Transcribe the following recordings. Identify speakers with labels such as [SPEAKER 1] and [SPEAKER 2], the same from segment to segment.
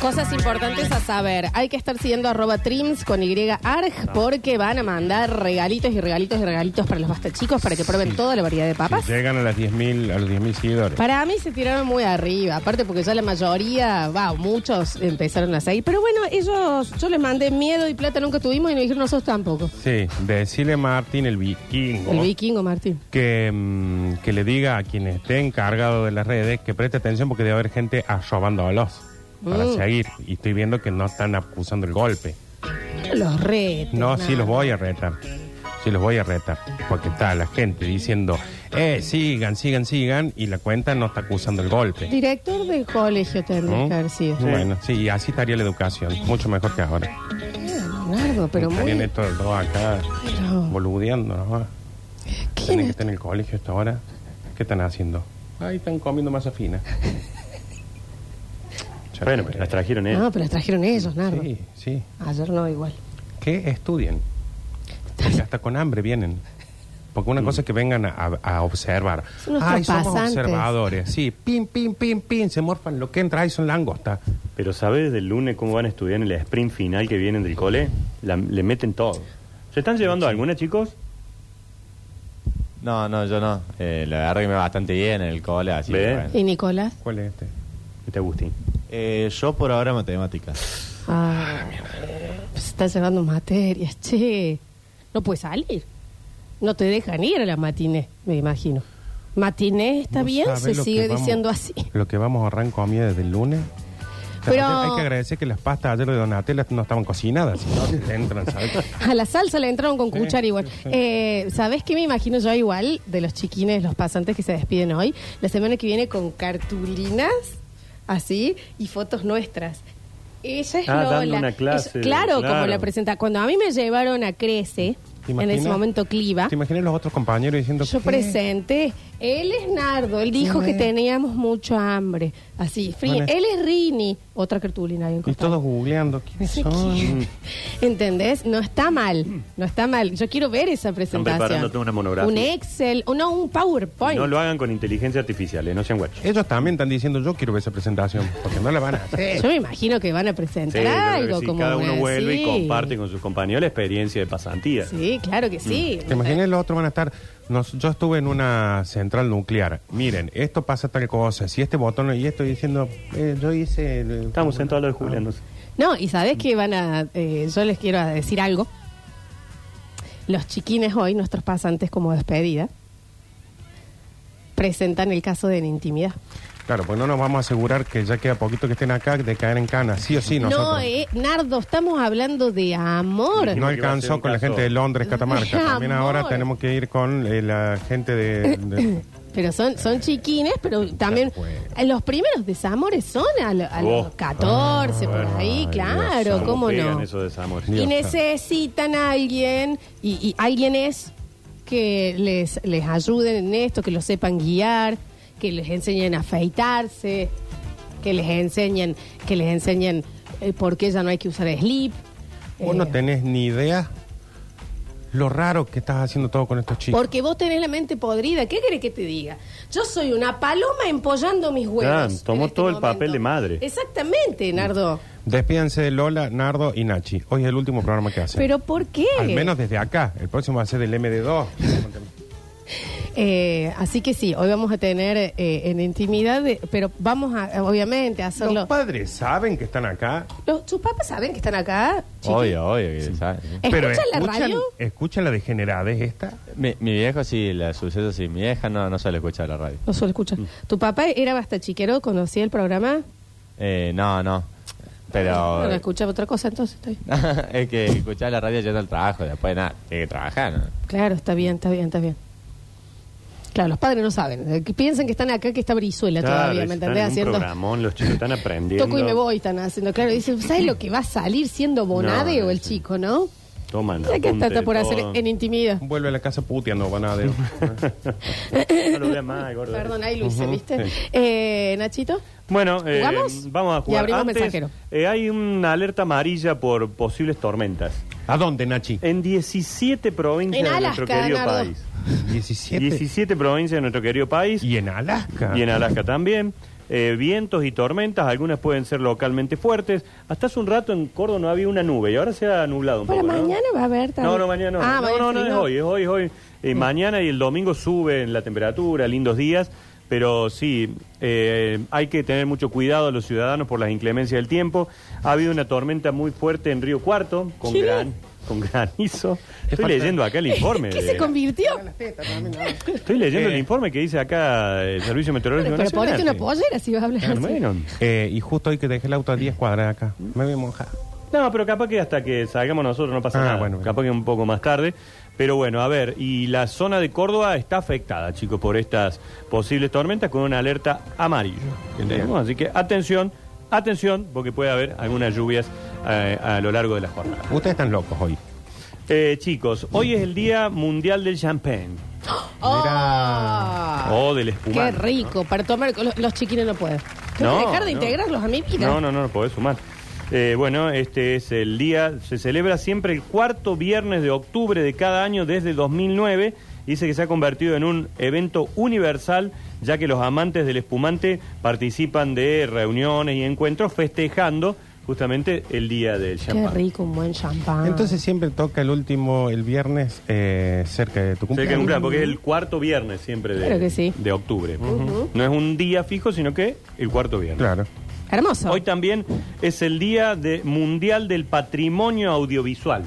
[SPEAKER 1] Cosas importantes a saber. Hay que estar siguiendo arroba trims con Y ARG porque van a mandar regalitos y regalitos y regalitos para los bastachicos para que prueben
[SPEAKER 2] Sí.
[SPEAKER 1] toda la variedad de papas.
[SPEAKER 2] Si llegan a las 10.000 a los 10.000 seguidores.
[SPEAKER 1] Para mí se tiraron muy arriba, aparte porque ya la mayoría, va, muchos empezaron a seguir. Pero bueno, ellos, yo les mandé miedo y plata nunca tuvimos y nos dijeron nosotros tampoco.
[SPEAKER 2] Sí, decirle a Martín el vikingo.
[SPEAKER 1] El vikingo, Martín.
[SPEAKER 2] que, mm, que le diga a quien esté encargado de las redes que preste atención porque debe haber gente arrobándolos para
[SPEAKER 1] Mm.
[SPEAKER 2] seguir. Y estoy viendo que no están acusando el golpe.
[SPEAKER 1] Los retos.
[SPEAKER 2] No, sí los
[SPEAKER 1] voy.
[SPEAKER 2] voy a retar. Sí los voy a retar. Porque está la gente diciendo, eh, sigan, sigan, sigan. Y la cuenta no está acusando el golpe. ¿Mm?
[SPEAKER 1] Director del colegio tendría que haber sido.
[SPEAKER 2] Sí. Bueno, sí, así estaría la educación. Mucho mejor que ahora.
[SPEAKER 1] Leonardo, pero muy...
[SPEAKER 2] Estarían estos dos acá
[SPEAKER 1] Pero-
[SPEAKER 2] boludeando, ¿no? Tienen que
[SPEAKER 1] ¿Quién?
[SPEAKER 2] estar en el colegio hasta ahora. ¿Qué están haciendo? Ahí están comiendo masa fina. Ya
[SPEAKER 3] Bueno,
[SPEAKER 2] que-
[SPEAKER 3] pero las trajeron ellos.
[SPEAKER 1] No, pero las trajeron ellos, Nardo.
[SPEAKER 2] Sí, sí.
[SPEAKER 1] Ayer no, igual.
[SPEAKER 2] Que estudien. Porque hasta con hambre vienen. Porque una cosa es que vengan a, a observar.
[SPEAKER 1] Mm. Son nuestros
[SPEAKER 2] Ay, somos
[SPEAKER 1] pasantes.
[SPEAKER 2] observadores. Sí, pin, pin, pin, pin. Se morfan lo que entra. Ahí son langosta.
[SPEAKER 3] Pero ¿sabes del lunes cómo van a estudiar en el sprint final que vienen del cole? La- le meten todo. ¿Se están llevando alguna, chicos?
[SPEAKER 4] No, no, yo no. Eh, la verdad que me va bastante bien en el cole, así
[SPEAKER 3] ¿Ve?
[SPEAKER 4] que bueno.
[SPEAKER 1] ¿Y Nicolás?
[SPEAKER 2] ¿Cuál es este?
[SPEAKER 3] Este Agustín.
[SPEAKER 4] Eh, yo por ahora matemáticas.
[SPEAKER 1] Ah, se está llevando materias, che. No puede salir. No te dejan ir a la matiné, me imagino. Matiné está
[SPEAKER 2] ¿Vos
[SPEAKER 1] bien,
[SPEAKER 2] sabés
[SPEAKER 1] se
[SPEAKER 2] lo que
[SPEAKER 1] sigue
[SPEAKER 2] vamos-
[SPEAKER 1] diciendo así.
[SPEAKER 2] Lo que vamos a ahorrar en comida desde el lunes. O sea,
[SPEAKER 1] Pero-
[SPEAKER 2] Hay que agradecer que las pastas ayer de Donatella no estaban cocinadas. Si no, te entran, ¿sabes?
[SPEAKER 1] A la salsa le entraron con
[SPEAKER 2] Sí,
[SPEAKER 1] cuchara igual.
[SPEAKER 2] sí, sí.
[SPEAKER 1] Eh, ¿Sabés qué me imagino yo igual de los chiquines, los pasantes que se despiden hoy? La semana que viene con cartulinas, así, y fotos nuestras. Ella es
[SPEAKER 3] Ah, dando
[SPEAKER 1] Lola.
[SPEAKER 3] una clase
[SPEAKER 1] Ella-
[SPEAKER 3] de-
[SPEAKER 1] claro, como
[SPEAKER 3] claro.
[SPEAKER 1] la presenta. Cuando a mí me llevaron a Crece,
[SPEAKER 2] ¿Te
[SPEAKER 1] en ese
[SPEAKER 2] imaginas?
[SPEAKER 1] momento Cliva,
[SPEAKER 2] ¿Te imaginas los otros compañeros diciendo
[SPEAKER 1] yo
[SPEAKER 2] "¿Qué?
[SPEAKER 1] presenté. Él es Nardo, él dijo que teníamos mucho hambre. Así, fría.
[SPEAKER 2] Bueno, es-
[SPEAKER 1] Él es Rini, otra cartulina. ahí
[SPEAKER 2] Y
[SPEAKER 1] encostada.
[SPEAKER 2] todos googleando. ¿Quiénes
[SPEAKER 1] Sí,
[SPEAKER 2] son?
[SPEAKER 1] que- ¿Entendés? No está mal, no está mal. Yo quiero ver esa presentación.
[SPEAKER 3] preparando toda una monografía.
[SPEAKER 1] Un Excel, o no, un PowerPoint.
[SPEAKER 3] No lo hagan con inteligencia artificial, eh, no sean guachos.
[SPEAKER 2] Ellos también están diciendo yo quiero ver esa presentación. Porque no la van a hacer.
[SPEAKER 1] Yo me imagino que van a
[SPEAKER 3] Sí,
[SPEAKER 1] presentar
[SPEAKER 3] yo creo que
[SPEAKER 1] algo
[SPEAKER 3] sí,
[SPEAKER 1] como
[SPEAKER 3] cada uno
[SPEAKER 1] una-
[SPEAKER 3] vuelve
[SPEAKER 1] sí.
[SPEAKER 3] y comparte con sus compañeros la experiencia de pasantía.
[SPEAKER 1] Sí, claro que sí.
[SPEAKER 2] ¿Te imaginas los otros van a estar? nos- yo estuve en una central nuclear. Miren, esto pasa tal cosa. Si este botón y esto diciendo, eh, yo hice. el- Ah,
[SPEAKER 3] Estamos sentados los de
[SPEAKER 1] Ah.
[SPEAKER 3] Julián, no sé.
[SPEAKER 1] No, y sabés que van a. eh, yo les quiero decir algo. Los chiquines hoy, nuestros pasantes como despedida, presentan el caso de la intimidad.
[SPEAKER 2] Claro, pues no nos vamos a asegurar que ya queda poquito que estén acá de caer en cana. Sí o sí, nosotros.
[SPEAKER 1] No, eh, Nardo, estamos hablando de amor.
[SPEAKER 2] No
[SPEAKER 3] Dijimos que iba a ser
[SPEAKER 2] alcanzó
[SPEAKER 3] un
[SPEAKER 2] con la
[SPEAKER 3] caso.
[SPEAKER 2] gente de Londres, Catamarca. También
[SPEAKER 1] Amor.
[SPEAKER 2] ahora tenemos que ir con eh, la gente de, de-
[SPEAKER 1] Pero son, son chiquines, pero también
[SPEAKER 2] bueno.
[SPEAKER 1] eh, los primeros desamores son a, lo- a los
[SPEAKER 3] Oh.
[SPEAKER 1] 14,
[SPEAKER 2] Ah,
[SPEAKER 1] por ahí, claro,
[SPEAKER 3] Cómo
[SPEAKER 1] ¿cómo
[SPEAKER 3] pegan
[SPEAKER 1] no?
[SPEAKER 3] esos desamores.
[SPEAKER 1] Y
[SPEAKER 2] Dios
[SPEAKER 1] necesitan a alguien, y, y alguien es que les, les ayuden en esto, que los sepan guiar, que les enseñen a afeitarse, que les enseñen, que les enseñen eh, por qué ya no hay que usar slip.
[SPEAKER 2] Vos no
[SPEAKER 1] eh,
[SPEAKER 2] tenés ni idea lo raro que estás haciendo todo con estos chicos.
[SPEAKER 1] Porque vos tenés la mente podrida. ¿Qué querés que te diga? Yo soy una paloma empollando mis huevos.
[SPEAKER 3] Claro,
[SPEAKER 1] en este
[SPEAKER 3] tomó todo el papel de madre.
[SPEAKER 1] Exactamente, Nardo.
[SPEAKER 2] Despídanse de Lola, Nardo y Nachi. Hoy es el último programa que hacen.
[SPEAKER 1] ¿Pero por qué?
[SPEAKER 2] Al menos desde acá. El próximo va a ser el MD2.
[SPEAKER 1] Eh, así que sí, hoy vamos a tener eh, en intimidad, de- pero vamos a, obviamente, a hacerlo.
[SPEAKER 2] Los padres saben que están acá.
[SPEAKER 1] Los- ¿Sus papás saben que están acá? chiqui?
[SPEAKER 4] Obvio, obvio. que sabe.
[SPEAKER 2] Pero
[SPEAKER 1] ¿Escuchan la
[SPEAKER 2] escuchan,
[SPEAKER 1] radio?
[SPEAKER 2] escuchan la degenerada, ¿es esta?
[SPEAKER 4] Mi, mi viejo sí, la suceso sí. Mi vieja no, no suele escuchar la radio.
[SPEAKER 1] No solo
[SPEAKER 3] Mm.
[SPEAKER 1] escuchan. ¿Tu papá era basta chiquero? ¿Conocía el programa?
[SPEAKER 4] Eh, no, no. Pero...
[SPEAKER 1] No, escuchaba otra cosa entonces. está bien.
[SPEAKER 4] es que escuchar la radio yo al trabajo. Después nada, tiene que trabajar. ¿no?
[SPEAKER 1] Claro, está bien, está bien, está bien. Claro, los padres no saben. Eh, que Piensan que están acá, que está Brizuela
[SPEAKER 3] Claro,
[SPEAKER 1] todavía, ¿me
[SPEAKER 3] están
[SPEAKER 1] entendés?
[SPEAKER 3] en un
[SPEAKER 1] Haciendo.
[SPEAKER 3] programón, los chicos están aprendiendo.
[SPEAKER 1] Toco y me voy, están haciendo. Claro, dicen, ¿sabes lo que va a salir siendo Bonade
[SPEAKER 3] No,
[SPEAKER 1] o el
[SPEAKER 3] sí.
[SPEAKER 1] chico, no?
[SPEAKER 3] Toman.
[SPEAKER 1] Ya que está,
[SPEAKER 3] apunte
[SPEAKER 1] está
[SPEAKER 3] de
[SPEAKER 1] por hacer
[SPEAKER 3] todo.
[SPEAKER 1] en intimidad.
[SPEAKER 2] Vuelve a la casa puteando, banadero.
[SPEAKER 3] No lo vea más, gordo.
[SPEAKER 1] Perdón, ahí Luis, ¿viste?
[SPEAKER 2] sí.
[SPEAKER 1] Eh, Nachito,
[SPEAKER 3] Bueno, eh,
[SPEAKER 1] ¿Jugamos?
[SPEAKER 3] vamos a
[SPEAKER 1] Y
[SPEAKER 3] jugar.
[SPEAKER 1] abrimos
[SPEAKER 3] Antes,
[SPEAKER 1] mensajero.
[SPEAKER 3] eh, hay una alerta amarilla por posibles tormentas.
[SPEAKER 2] ¿A dónde, Nachi?
[SPEAKER 3] En 17 provincias
[SPEAKER 1] En
[SPEAKER 3] de
[SPEAKER 1] Alaska,
[SPEAKER 3] nuestro querido
[SPEAKER 1] Nardo.
[SPEAKER 3] país.
[SPEAKER 2] 17.
[SPEAKER 3] 17 provincias de nuestro querido país.
[SPEAKER 2] Y en Alaska.
[SPEAKER 3] Y en Alaska también. eh, vientos y tormentas, algunas pueden ser localmente fuertes. Hasta hace un rato en Córdoba no había una nube y ahora se ha nublado un
[SPEAKER 1] Para
[SPEAKER 3] poco. ¿no?
[SPEAKER 1] mañana va a haber también.
[SPEAKER 3] No, no, mañana no.
[SPEAKER 1] Ah,
[SPEAKER 3] no,
[SPEAKER 1] mañana
[SPEAKER 3] no, no,
[SPEAKER 1] sí,
[SPEAKER 3] es
[SPEAKER 1] no.
[SPEAKER 3] hoy, es hoy, es hoy. Eh, Mañana y el domingo sube la temperatura, lindos días, pero sí, eh, hay que tener mucho cuidado a los ciudadanos por las inclemencias del tiempo. Ha habido una tormenta muy fuerte en Río Cuarto, con,
[SPEAKER 1] Sí.
[SPEAKER 3] gran, con granizo. Estoy
[SPEAKER 2] falta-
[SPEAKER 3] leyendo acá el informe.
[SPEAKER 1] ¿Qué
[SPEAKER 3] de-
[SPEAKER 1] se convirtió?
[SPEAKER 3] Estoy leyendo
[SPEAKER 2] Eh.
[SPEAKER 3] el informe que dice acá el Servicio Meteorológico
[SPEAKER 1] Pero, pero ponete una
[SPEAKER 3] Nacional.
[SPEAKER 1] pollera si vas a hablar así.
[SPEAKER 3] Bueno.
[SPEAKER 2] Eh, y justo hoy que dejé el auto a 10 cuadras acá. Me voy a mojar.
[SPEAKER 3] No, pero capaz que hasta que salgamos nosotros no pasa
[SPEAKER 2] Ah,
[SPEAKER 3] nada.
[SPEAKER 2] bueno, bueno.
[SPEAKER 3] Capaz que un poco más tarde. Pero bueno, a ver, y la zona de Córdoba está afectada, chicos, por estas posibles tormentas con una alerta amarilla. que tenemos. Así que atención, atención, porque puede haber algunas lluvias eh, a lo largo de la jornada.
[SPEAKER 2] Ustedes están locos hoy.
[SPEAKER 3] Eh, chicos, hoy es el Día Mundial del Champagne
[SPEAKER 1] Ah,
[SPEAKER 3] o del espumante.
[SPEAKER 1] Oh, Qué rico, para tomar. Los, los chiquines no pueden. Tengo
[SPEAKER 3] Oh, No,
[SPEAKER 1] que dejar de
[SPEAKER 3] no.
[SPEAKER 1] integrarlos a mi vida.
[SPEAKER 3] No, no, no, no podés sumar. Eh, bueno, este es el día, se celebra siempre el cuarto viernes de octubre de cada año desde 2009. Dice que se ha convertido en un evento universal, ya que los amantes del espumante participan de reuniones y encuentros festejando justamente el día del
[SPEAKER 1] Qué
[SPEAKER 3] champán.
[SPEAKER 1] rico un buen champán.
[SPEAKER 2] Entonces siempre toca el último, el viernes, eh, cerca de tu
[SPEAKER 3] Sé
[SPEAKER 2] cumpleaños.
[SPEAKER 3] que cumplan, porque es el cuarto viernes siempre de,
[SPEAKER 1] Claro que sí.
[SPEAKER 3] de octubre. No es un día fijo, sino que el cuarto viernes.
[SPEAKER 2] Claro.
[SPEAKER 1] Hermoso.
[SPEAKER 3] Hoy también es el Día de- Mundial del Patrimonio Audiovisual.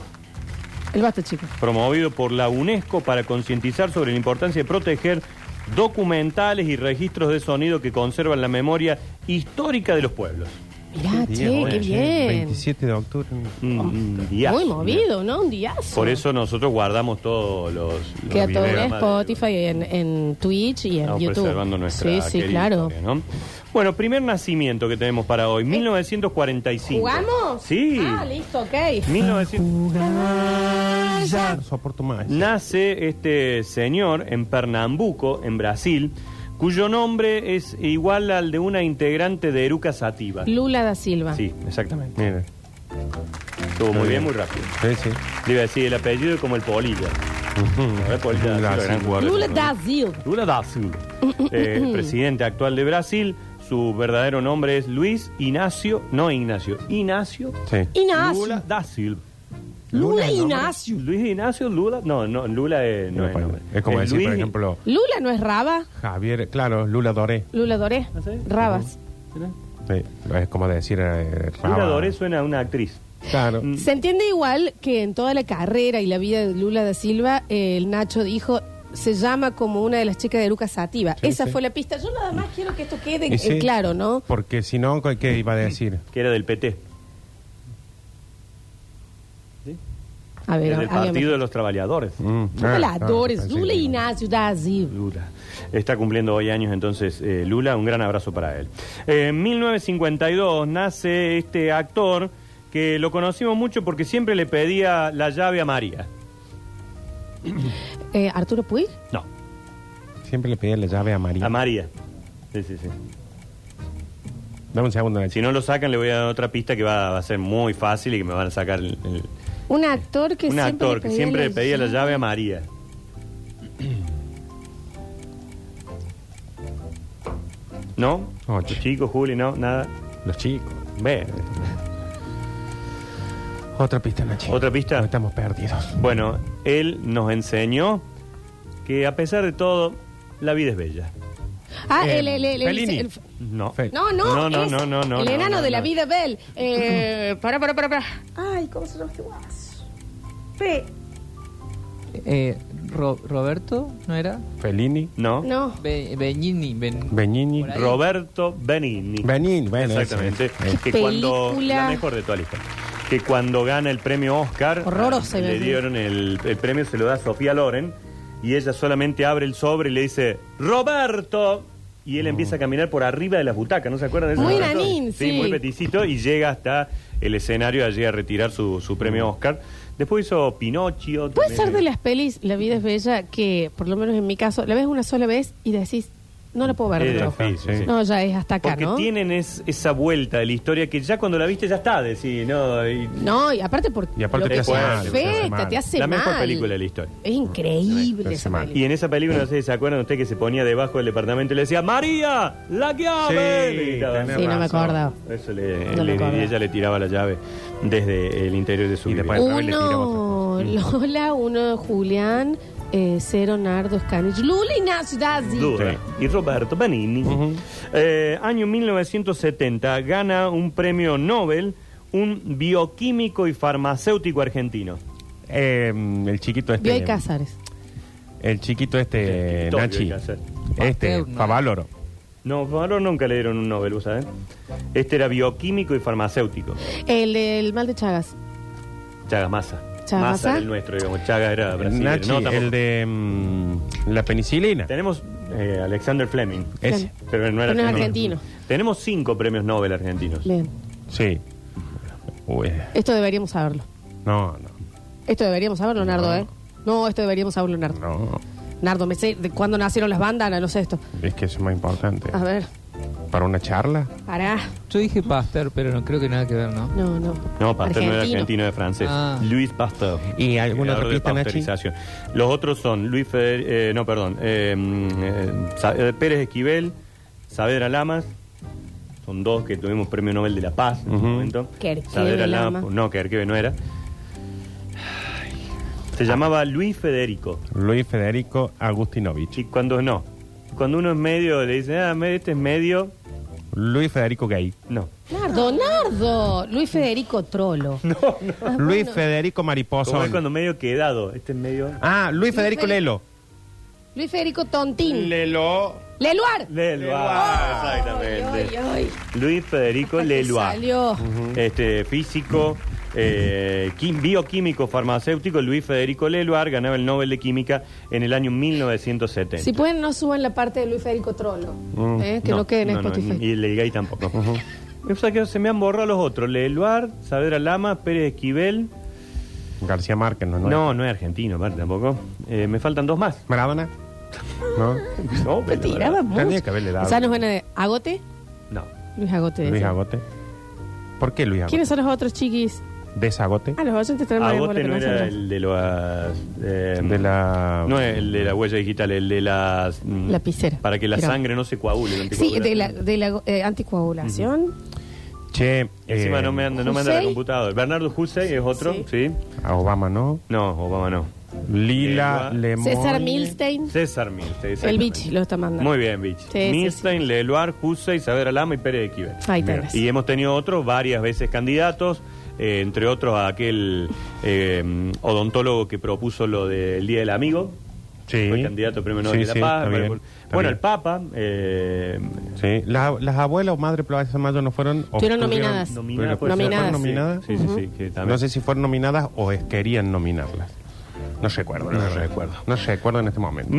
[SPEAKER 1] El basta, chico.
[SPEAKER 3] promovido por la UNESCO para concientizar sobre la importancia de proteger documentales y registros de sonido que conservan la memoria histórica de los pueblos.
[SPEAKER 1] Mirá,
[SPEAKER 2] Día,
[SPEAKER 1] che,
[SPEAKER 2] hoy,
[SPEAKER 1] qué
[SPEAKER 2] che,
[SPEAKER 1] bien.
[SPEAKER 3] eh,
[SPEAKER 2] 27 de octubre.
[SPEAKER 3] Un- un diazo.
[SPEAKER 1] Oh. Muy movido, ¿no? Un diazo.
[SPEAKER 3] Por eso nosotros guardamos todos los, los
[SPEAKER 1] Queda todo en
[SPEAKER 3] videogramas de-
[SPEAKER 1] Spotify, en, en Twitch y en
[SPEAKER 3] Estamos
[SPEAKER 1] YouTube.
[SPEAKER 3] preservando nuestra
[SPEAKER 1] sí, sí,
[SPEAKER 3] querida
[SPEAKER 1] claro.
[SPEAKER 3] historia, ¿no? Bueno, primer nacimiento que tenemos para hoy, 1945.
[SPEAKER 1] ¿Jugamos?
[SPEAKER 3] Sí.
[SPEAKER 1] Ah, listo, ok.
[SPEAKER 3] 1900
[SPEAKER 2] Ya. No soporto más.
[SPEAKER 3] Nace este señor en Pernambuco, en Brasil, cuyo nombre es igual al de una integrante de Eruca Sativa.
[SPEAKER 1] Lula da Silva.
[SPEAKER 3] Sí, exactamente.
[SPEAKER 2] Miren.
[SPEAKER 3] Estuvo muy bien, muy rápido.
[SPEAKER 2] Sí, sí.
[SPEAKER 3] Le iba a decir el apellido como el Polilla. A ver, Polilla da Silva,
[SPEAKER 2] Gracias.
[SPEAKER 3] gran jugador de
[SPEAKER 1] Lula
[SPEAKER 3] fútbol.
[SPEAKER 1] da Silva.
[SPEAKER 3] Lula da Silva. Eh, presidente actual de Brasil. Su verdadero nombre es Luis Ignacio, no Ignacio, Ignacio
[SPEAKER 2] Sí.
[SPEAKER 1] Ignacio.
[SPEAKER 3] Lula da Silva.
[SPEAKER 1] Lula
[SPEAKER 2] Lula, ¿no?
[SPEAKER 1] Ignacio.
[SPEAKER 3] Luis Ignacio Lula, no, no, Lula eh, no,
[SPEAKER 2] No,
[SPEAKER 3] es
[SPEAKER 2] pues,
[SPEAKER 3] nombre.
[SPEAKER 2] es como
[SPEAKER 3] Es
[SPEAKER 2] decir, por
[SPEAKER 3] Luis-
[SPEAKER 2] ejemplo,
[SPEAKER 1] Lula no es Raba.
[SPEAKER 2] Javier, claro, Lula Doré.
[SPEAKER 1] Lula Doré.
[SPEAKER 3] ¿Ah, sí?
[SPEAKER 1] Rabas.
[SPEAKER 2] Sí, Es como decir. eh,
[SPEAKER 3] Lula
[SPEAKER 2] Raba.
[SPEAKER 3] Doré Mm. suena a una actriz.
[SPEAKER 2] Claro.
[SPEAKER 1] Se entiende igual que en toda la carrera y la vida de Lula da Silva, eh, el Nacho dijo, se llama como una de las chicas de Lucas Sativa.
[SPEAKER 2] Sí,
[SPEAKER 1] Esa
[SPEAKER 2] sí.
[SPEAKER 1] fue la pista. Yo nada más quiero que esto quede
[SPEAKER 2] Y
[SPEAKER 1] eh,
[SPEAKER 2] sí,
[SPEAKER 1] claro, ¿no?
[SPEAKER 2] Porque si no, ¿qué iba a decir?
[SPEAKER 3] que era del PT,
[SPEAKER 1] A ver,
[SPEAKER 3] es del
[SPEAKER 1] a- a-
[SPEAKER 3] Partido de los Trabajadores.
[SPEAKER 2] Mm, ah,
[SPEAKER 1] Hola, Dolores,
[SPEAKER 2] ah, sí,
[SPEAKER 1] Lula
[SPEAKER 2] sí.
[SPEAKER 1] Ignacio da Silva.
[SPEAKER 3] Lula. Está cumpliendo hoy años entonces eh, Lula, un gran abrazo para él. Eh, En 1952 nace este actor que lo conocimos mucho porque siempre le pedía la llave a María.
[SPEAKER 1] Eh, Arturo Puig.
[SPEAKER 3] No,
[SPEAKER 2] Siempre le pedía la llave a María.
[SPEAKER 3] a María. Sí, sí, sí.
[SPEAKER 2] Dame un segundo, Nachi.
[SPEAKER 3] Si no lo sacan le voy a dar otra pista que va, va a ser muy fácil y que me van a sacar el- el-
[SPEAKER 1] Un actor que
[SPEAKER 3] un
[SPEAKER 1] siempre
[SPEAKER 3] actor que siempre le
[SPEAKER 1] la
[SPEAKER 3] pedía la llave a María. ¿No?
[SPEAKER 2] Ocho.
[SPEAKER 3] Chicos, Juli, no, nada.
[SPEAKER 2] Los chicos.
[SPEAKER 3] Ve.
[SPEAKER 2] Otra pista, Nachi.
[SPEAKER 3] ¿Otra pista?
[SPEAKER 2] No estamos perdidos.
[SPEAKER 3] Bueno, él nos enseñó que a pesar de todo, la vida es bella.
[SPEAKER 1] Ah,
[SPEAKER 2] Eh,
[SPEAKER 1] el, el, el- el-
[SPEAKER 2] Fellini.
[SPEAKER 1] el-
[SPEAKER 3] No.
[SPEAKER 2] Fe-
[SPEAKER 1] no, no,
[SPEAKER 3] No, no,
[SPEAKER 1] es
[SPEAKER 3] no, no, no,
[SPEAKER 1] El
[SPEAKER 3] no,
[SPEAKER 1] enano
[SPEAKER 3] no,
[SPEAKER 1] de la
[SPEAKER 3] no.
[SPEAKER 1] vida, Bell. Eh, para, para, para, para.
[SPEAKER 5] Ay, ¿cómo se llama este guaso? Fe.
[SPEAKER 6] Eh, Ro- Roberto, ¿no era?
[SPEAKER 2] Fellini,
[SPEAKER 3] No.
[SPEAKER 1] No.
[SPEAKER 6] Be Benigni, Ben-
[SPEAKER 2] Benigni.
[SPEAKER 6] Por ahí.
[SPEAKER 3] Roberto Benigni.
[SPEAKER 2] Benigni, bueno.
[SPEAKER 3] Exactamente.
[SPEAKER 2] ese. Eh,
[SPEAKER 3] Que cuando.
[SPEAKER 1] película.
[SPEAKER 3] La mejor de toda la historia. Que cuando gana el premio Oscar.
[SPEAKER 1] Horrorosa, iba a
[SPEAKER 3] Le
[SPEAKER 1] decir.
[SPEAKER 3] dieron el, el premio, se lo da a Sofía Loren. Y ella solamente abre el sobre y le dice: ¡Roberto! Y él empieza a caminar por arriba de las butacas, ¿no se acuerdan de eso?
[SPEAKER 1] Muy
[SPEAKER 3] Roberto?
[SPEAKER 1] nanín, sí.
[SPEAKER 3] muy peticito. Y llega hasta el escenario, allí a retirar su, su premio Oscar. Después hizo Pinocho.
[SPEAKER 1] Puede
[SPEAKER 3] también.
[SPEAKER 1] ser de las pelis La vida es bella que, por lo menos en mi caso, la ves una sola vez y decís, No lo puedo ver. de
[SPEAKER 3] Eh,
[SPEAKER 1] nuevo.
[SPEAKER 3] sí, sí.
[SPEAKER 1] No, ya es hasta acá,
[SPEAKER 3] Porque
[SPEAKER 1] ¿no?
[SPEAKER 3] tienen es- esa vuelta de la historia que ya cuando la viste ya está, decís, ¿no? Y-
[SPEAKER 1] No, y aparte porque
[SPEAKER 2] Y aparte
[SPEAKER 1] lo
[SPEAKER 2] te
[SPEAKER 1] que
[SPEAKER 2] hace mal,
[SPEAKER 1] afecta,
[SPEAKER 2] te hace mal.
[SPEAKER 1] te hace
[SPEAKER 3] la
[SPEAKER 1] mal.
[SPEAKER 3] mejor película de la historia.
[SPEAKER 1] Es
[SPEAKER 2] Te
[SPEAKER 1] increíble
[SPEAKER 2] hace
[SPEAKER 1] esa
[SPEAKER 2] mal.
[SPEAKER 1] película.
[SPEAKER 3] Y en esa película, no sé si se acuerdan ustedes que se ponía debajo del departamento y le decía, María, la llave.
[SPEAKER 2] Sí,
[SPEAKER 3] Y gritaba,
[SPEAKER 2] tenés
[SPEAKER 1] Sí, no me
[SPEAKER 2] razón.
[SPEAKER 1] acordaba.
[SPEAKER 3] Eso le,
[SPEAKER 1] No me
[SPEAKER 3] le-
[SPEAKER 1] acordaba.
[SPEAKER 3] y ella le tiraba la llave desde el interior de su
[SPEAKER 2] Y
[SPEAKER 3] vida.
[SPEAKER 2] después- Al revés le tira
[SPEAKER 1] Uno, Lola, uno, Julián, eh, cero, Nardo, Scanich, Lulina, Sudazi.
[SPEAKER 3] Duda. Y Roberto Benigni. Eh, año 1970 gana un premio Nobel un bioquímico y farmacéutico argentino.
[SPEAKER 2] Eh, el chiquito este.
[SPEAKER 1] Bioy Cázares.
[SPEAKER 2] El chiquito este,
[SPEAKER 3] El chiquito
[SPEAKER 2] Nachi.
[SPEAKER 3] Bioy Cáceres.
[SPEAKER 2] Este,
[SPEAKER 6] Pasteur, ¿no?
[SPEAKER 2] Favaloro.
[SPEAKER 3] No, Valor nunca le dieron un Nobel, ¿vos ¿sabes? Este era bioquímico y farmacéutico.
[SPEAKER 1] El, del mal de Chagas.
[SPEAKER 3] Chagas Massa.
[SPEAKER 1] Chagas
[SPEAKER 3] Massa era
[SPEAKER 1] Massa.
[SPEAKER 3] el nuestro, digamos. Chagas era brasileño.
[SPEAKER 2] Nachi,
[SPEAKER 3] No, tampoco.
[SPEAKER 2] el de mm, la penicilina.
[SPEAKER 3] Tenemos eh, Alexander Fleming.
[SPEAKER 2] Ese.
[SPEAKER 3] Pero no era
[SPEAKER 1] Pero no es argentino.
[SPEAKER 3] Tenemos cinco premios Nobel argentinos.
[SPEAKER 1] Bien.
[SPEAKER 2] Sí. Uy,
[SPEAKER 1] Esto deberíamos saberlo.
[SPEAKER 2] no, no,
[SPEAKER 1] Esto deberíamos saberlo, Nardo,
[SPEAKER 2] No.
[SPEAKER 1] ¿eh? No, esto deberíamos saberlo, Nardo.
[SPEAKER 2] no.
[SPEAKER 1] Nardo, me sé de cuándo nacieron las bandanas, no sé esto.
[SPEAKER 2] Es que eso es más importante.
[SPEAKER 1] A ver,
[SPEAKER 2] Para una charla.
[SPEAKER 1] pará.
[SPEAKER 6] Yo dije Pasteur, pero no creo que nada que ver, ¿no?
[SPEAKER 1] No, no.
[SPEAKER 3] No, Pasteur no era argentino, era francés.
[SPEAKER 6] Ah.
[SPEAKER 3] Luis Pasteur.
[SPEAKER 2] ¿Y alguna
[SPEAKER 3] creador de
[SPEAKER 2] otra pista, Nachi?
[SPEAKER 3] pasteurización. Los otros son Luis Feder- eh, no, perdón, eh, mm, eh, Sa- eh, Pérez Esquivel, Saavedra Lamas. Son dos que tuvimos premio Nobel de la Paz en su
[SPEAKER 2] Ujú.
[SPEAKER 3] momento.
[SPEAKER 1] Kerkeve
[SPEAKER 3] Saavedra
[SPEAKER 1] Lama.
[SPEAKER 3] Lamas, no, Kerkeve no era. Ay. Se llamaba Luis Federico.
[SPEAKER 2] Luis Federico Agustinovich.
[SPEAKER 3] Y cuando no, cuando uno es medio, le dicen, ah, me- este es medio,
[SPEAKER 2] Luis Federico Gay.
[SPEAKER 3] no.
[SPEAKER 1] Nardo, Nardo. Luis Federico Trolo.
[SPEAKER 2] Luis Federico
[SPEAKER 3] Como es
[SPEAKER 2] Mariposa.
[SPEAKER 3] cuando medio quedado, este es medio.
[SPEAKER 2] Ah, Luis Federico
[SPEAKER 1] Luis
[SPEAKER 2] Lelo.
[SPEAKER 1] Luis Federico Tontín.
[SPEAKER 2] Lelo.
[SPEAKER 1] Leluar.
[SPEAKER 3] Leloir,
[SPEAKER 1] Ay,
[SPEAKER 3] exactamente.
[SPEAKER 1] ay,
[SPEAKER 3] Luis Federico
[SPEAKER 1] ay.
[SPEAKER 3] Leloir.
[SPEAKER 1] Salió.
[SPEAKER 3] este, físico, eh, quim- bioquímico, farmacéutico, Luis Federico Leluar ganaba el Nobel de Química en el año 1970.
[SPEAKER 1] Si pueden, no suban la parte de Luis Federico Trollo. ¿eh? Que no,
[SPEAKER 3] No,
[SPEAKER 1] quede en
[SPEAKER 3] no, no,
[SPEAKER 1] Spotify.
[SPEAKER 3] y el de Gay tampoco. O sea que se me han borrado los otros. Leluar, Saavedra Lama, Pérez Esquivel.
[SPEAKER 2] García Márquez, no, no.
[SPEAKER 3] No, no es argentino, aparte, tampoco. Eh, me faltan dos más.
[SPEAKER 2] Maradona. No.
[SPEAKER 3] No,
[SPEAKER 1] Te tiraba
[SPEAKER 2] Tenía
[SPEAKER 1] mucho.
[SPEAKER 2] que haberle dado.
[SPEAKER 1] O sea, nos van a de Agote.
[SPEAKER 3] No.
[SPEAKER 1] Luis Agote.
[SPEAKER 2] Luis
[SPEAKER 1] decía.
[SPEAKER 2] Agote. ¿Por qué Luis Agote?
[SPEAKER 1] ¿Quiénes son los otros chiquis?
[SPEAKER 2] Desagote.
[SPEAKER 1] Ah, los oyentes tenemos la bola
[SPEAKER 3] Agote
[SPEAKER 1] que
[SPEAKER 3] no era
[SPEAKER 1] nosotros.
[SPEAKER 3] el de las. eh,
[SPEAKER 2] De la.
[SPEAKER 3] No es el de la huella digital, el de las. mm,
[SPEAKER 1] Lapicera.
[SPEAKER 3] Para que la
[SPEAKER 1] Era.
[SPEAKER 3] sangre no se coagule. el
[SPEAKER 1] Sí, de la,
[SPEAKER 3] anticoagulante.
[SPEAKER 1] de la eh, anticoagulación.
[SPEAKER 2] Che.
[SPEAKER 3] Encima
[SPEAKER 2] eh,
[SPEAKER 3] no me anda, no me anda la
[SPEAKER 1] Hussein.
[SPEAKER 3] computadora. Bernardo Hussey es otro, sí.
[SPEAKER 1] Sí.
[SPEAKER 2] A Obama, ¿no?
[SPEAKER 3] No, Obama no.
[SPEAKER 2] Lila
[SPEAKER 3] Eh,
[SPEAKER 2] Lemon.
[SPEAKER 1] César Milstein.
[SPEAKER 3] César Milstein.
[SPEAKER 1] El Bichi lo está mandando.
[SPEAKER 3] Muy bien, Beach.
[SPEAKER 1] sí,
[SPEAKER 3] Milstein, Leluar, Hussey, Saavedra Lama y Pérez de Quivel.
[SPEAKER 1] Ahí
[SPEAKER 2] Mira.
[SPEAKER 1] tenés.
[SPEAKER 3] Y hemos tenido otros, varias veces candidatos, eh, entre otros a aquel eh, odontólogo que propuso lo del Día del Amigo.
[SPEAKER 2] Sí.
[SPEAKER 3] Fue candidato a Premio
[SPEAKER 2] Sí,
[SPEAKER 3] Nobel de la
[SPEAKER 2] sí,
[SPEAKER 3] Paz.
[SPEAKER 2] está
[SPEAKER 3] Bueno,
[SPEAKER 2] bien, está
[SPEAKER 3] bueno,
[SPEAKER 2] bien.
[SPEAKER 3] el Papa, eh,
[SPEAKER 2] Sí. La- las abuelas o madre Plaza Mayo no fueron. o
[SPEAKER 1] Estuvieron
[SPEAKER 2] tuvieron-
[SPEAKER 1] nominadas.
[SPEAKER 3] nominada,
[SPEAKER 2] Nominadas.
[SPEAKER 3] puede ser.
[SPEAKER 1] Nominadas.
[SPEAKER 2] ¿Fueron nominadas?
[SPEAKER 3] Sí, sí, sí. que también.
[SPEAKER 2] No sé si fueron nominadas o es- querían nominarlas. No recuerdo. la
[SPEAKER 3] No
[SPEAKER 2] verdad.
[SPEAKER 3] recuerdo.
[SPEAKER 2] No recuerdo en este momento.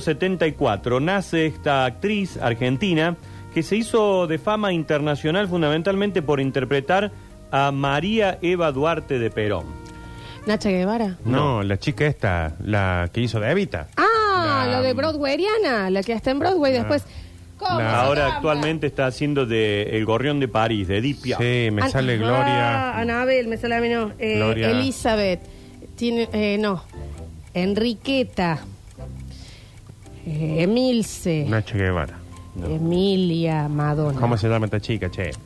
[SPEAKER 3] 1974 nace esta actriz argentina que se hizo de fama internacional fundamentalmente por interpretar a María Eva Duarte de Perón.
[SPEAKER 1] Nacha Guevara.
[SPEAKER 2] No, la chica esta, la que hizo de Evita.
[SPEAKER 1] Ah,
[SPEAKER 2] La-
[SPEAKER 1] lo de Broadwayiana, la que está en Broadway después. ¿Cómo se
[SPEAKER 3] Ahora
[SPEAKER 1] llama?
[SPEAKER 3] actualmente está haciendo de El Gorrión de París, de Dipia.
[SPEAKER 2] Sí, me
[SPEAKER 1] An-
[SPEAKER 2] sale
[SPEAKER 1] Ah,
[SPEAKER 2] Gloria.
[SPEAKER 1] Anabel, me sale a mí no. Eh,
[SPEAKER 2] Gloria.
[SPEAKER 1] Elizabeth. Tiene, eh, no. Enriqueta. Eh, Emilce.
[SPEAKER 2] Nacho Guevara.
[SPEAKER 1] Emilia Madonna.
[SPEAKER 2] ¿Cómo
[SPEAKER 1] ¿Cómo,
[SPEAKER 2] se llama esta chica, che?
[SPEAKER 1] es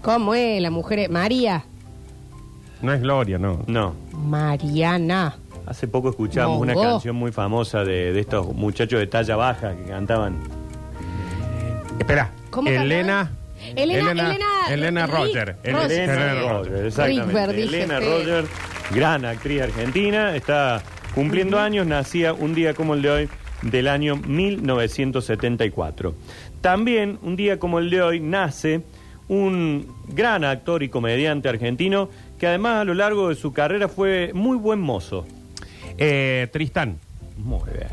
[SPEAKER 1] la mujer? María.
[SPEAKER 2] No es Gloria, no.
[SPEAKER 3] No,
[SPEAKER 1] Mariana.
[SPEAKER 3] hace poco escuchamos una
[SPEAKER 1] Mongo.
[SPEAKER 3] canción muy famosa de, de estos muchachos de talla baja que cantaban.
[SPEAKER 2] Espera.
[SPEAKER 1] ¿Cómo
[SPEAKER 2] Elena.
[SPEAKER 1] cantaba? Elena- Elena-
[SPEAKER 2] Elena
[SPEAKER 1] Rick-
[SPEAKER 2] Roger. El-
[SPEAKER 1] Roger.
[SPEAKER 2] Elena
[SPEAKER 3] Roger,
[SPEAKER 2] Roger.
[SPEAKER 3] exactamente.
[SPEAKER 1] Rickberg, dije,
[SPEAKER 3] Elena
[SPEAKER 1] sí.
[SPEAKER 3] Roger, gran actriz argentina, está cumpliendo años, nacía un día como el de hoy del año 1974. También un día como el de hoy nace un gran actor y comediante argentino que además a lo largo de su carrera fue muy buen mozo.
[SPEAKER 2] Eh, Tristán.
[SPEAKER 3] Muy bien.